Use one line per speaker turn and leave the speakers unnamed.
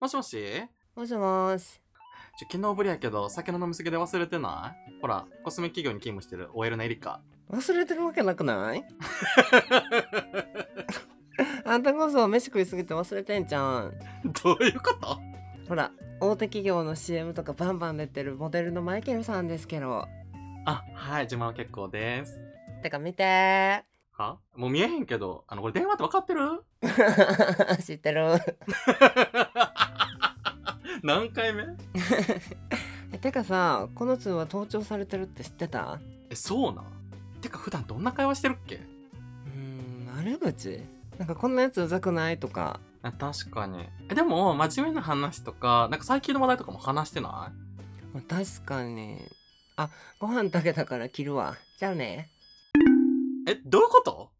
もしもしち
もしもーし。
ょ昨日ぶりやけど酒の飲みすぎで忘れてないほらコスメ企業に勤務してる OL のエリカ
忘れてるわけなくない あんたこそ飯食いすぎて忘れてんじゃん。
どういうこと
ほら、大手企業の CM とかバンバン出てるモデルのマイケルさんですけど。
あはい自慢は結構です
てか見て ー。
はもう見えへんけどあのこれ電話って分かってる
知ってる。
何回目
えてかさ、この通は盗聴されてるって知ってた
えそうなんてか普段どんな会話してるっけ
うーん、悪口なんかこんなやつうざくないとか。
あ確かにえでも真面目な話とかなんか最近の話題とかも話してない
まあ確かに。あ、ご飯だけだから切るわ。じゃあね。
えどういうこと